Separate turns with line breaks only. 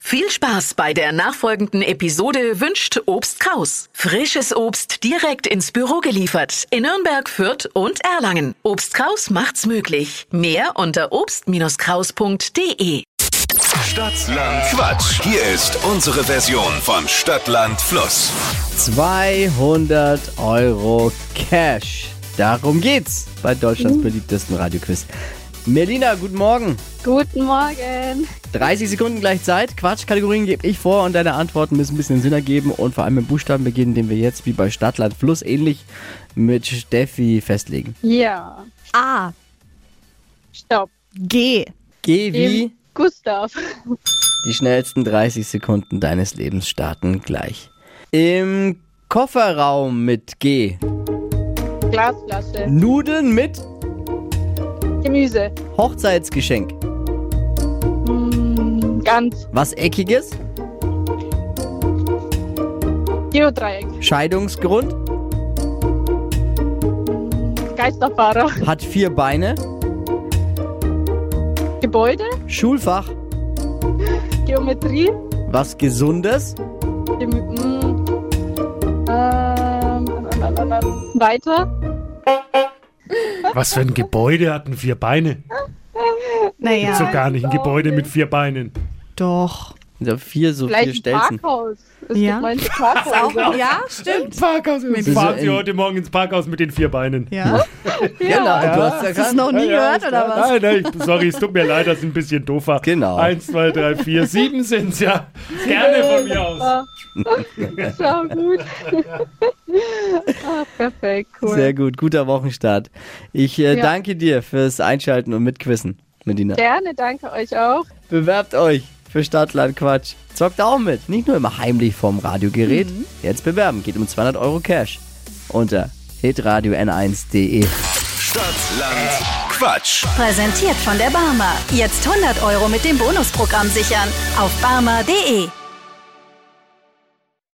Viel Spaß bei der nachfolgenden Episode wünscht Obst Kraus. Frisches Obst direkt ins Büro geliefert in Nürnberg, Fürth und Erlangen. Obst Kraus macht's möglich. Mehr unter obst-kraus.de.
Stadtland Quatsch. Hier ist unsere Version von Stadtland Fluss.
200 Euro Cash. Darum geht's bei Deutschlands beliebtesten Radioquiz. Melina, guten Morgen.
Guten Morgen.
30 Sekunden gleich Zeit. Quatsch, Kategorien gebe ich vor und deine Antworten müssen ein bisschen Sinn ergeben und vor allem mit Buchstaben beginnen, den wir jetzt wie bei Stadtland Fluss ähnlich mit Steffi festlegen.
Ja,
A.
stopp.
G.
Geh wie
Gustav.
die schnellsten 30 Sekunden deines Lebens starten gleich. Im Kofferraum mit G.
Glasflasche.
Nudeln mit
Gemüse.
Hochzeitsgeschenk.
Mm, Ganz.
Was Eckiges?
Geodreieck.
Scheidungsgrund?
Geisterfahrer.
Hat vier Beine?
Gebäude.
Schulfach?
Geometrie.
Was Gesundes?
Gem mm, ähm, ähm, ähm, ähm, weiter.
Was für ein Gebäude hatten vier Beine?
Naja,
So gar nicht ein Gebäude mit vier Beinen.
doch.
Ja, vier so vier
Vielleicht ein
Stelzen.
Parkhaus. Es
Ja.
gibt manche Parkhäuser.
Ja, stimmt.
Parkhaus.
Maybe.
Fahren
So
Sie
in-
heute Morgen ins Parkhaus mit den vier Beinen.
Ja.
Genau, du hast ja
Hast du
gesagt.
noch nie gehört,
ist
oder
klar.
was?
Nein, nein, ich, sorry, es tut mir leid, das ist ein bisschen doof war.
Genau.
Eins, zwei, drei, vier, sieben sind's ja. Gerne von mir aus.
Ah. Schau gut. ah, perfekt, cool.
Sehr gut, guter Wochenstart. Ich äh,
Ja.
danke dir fürs Einschalten und Mitquissen, Medina.
Gerne, danke euch auch.
Bewerbt euch für Stadtland Quatsch. Zockt auch mit, nicht nur immer heimlich vorm Radiogerät.
Mhm.
Jetzt bewerben, geht um 200 Euro Cash. Unter hitradio n1.de.
Stadtland Quatsch.
Präsentiert von der Barmer. Jetzt 100 Euro mit dem Bonusprogramm sichern. Auf barmer.de.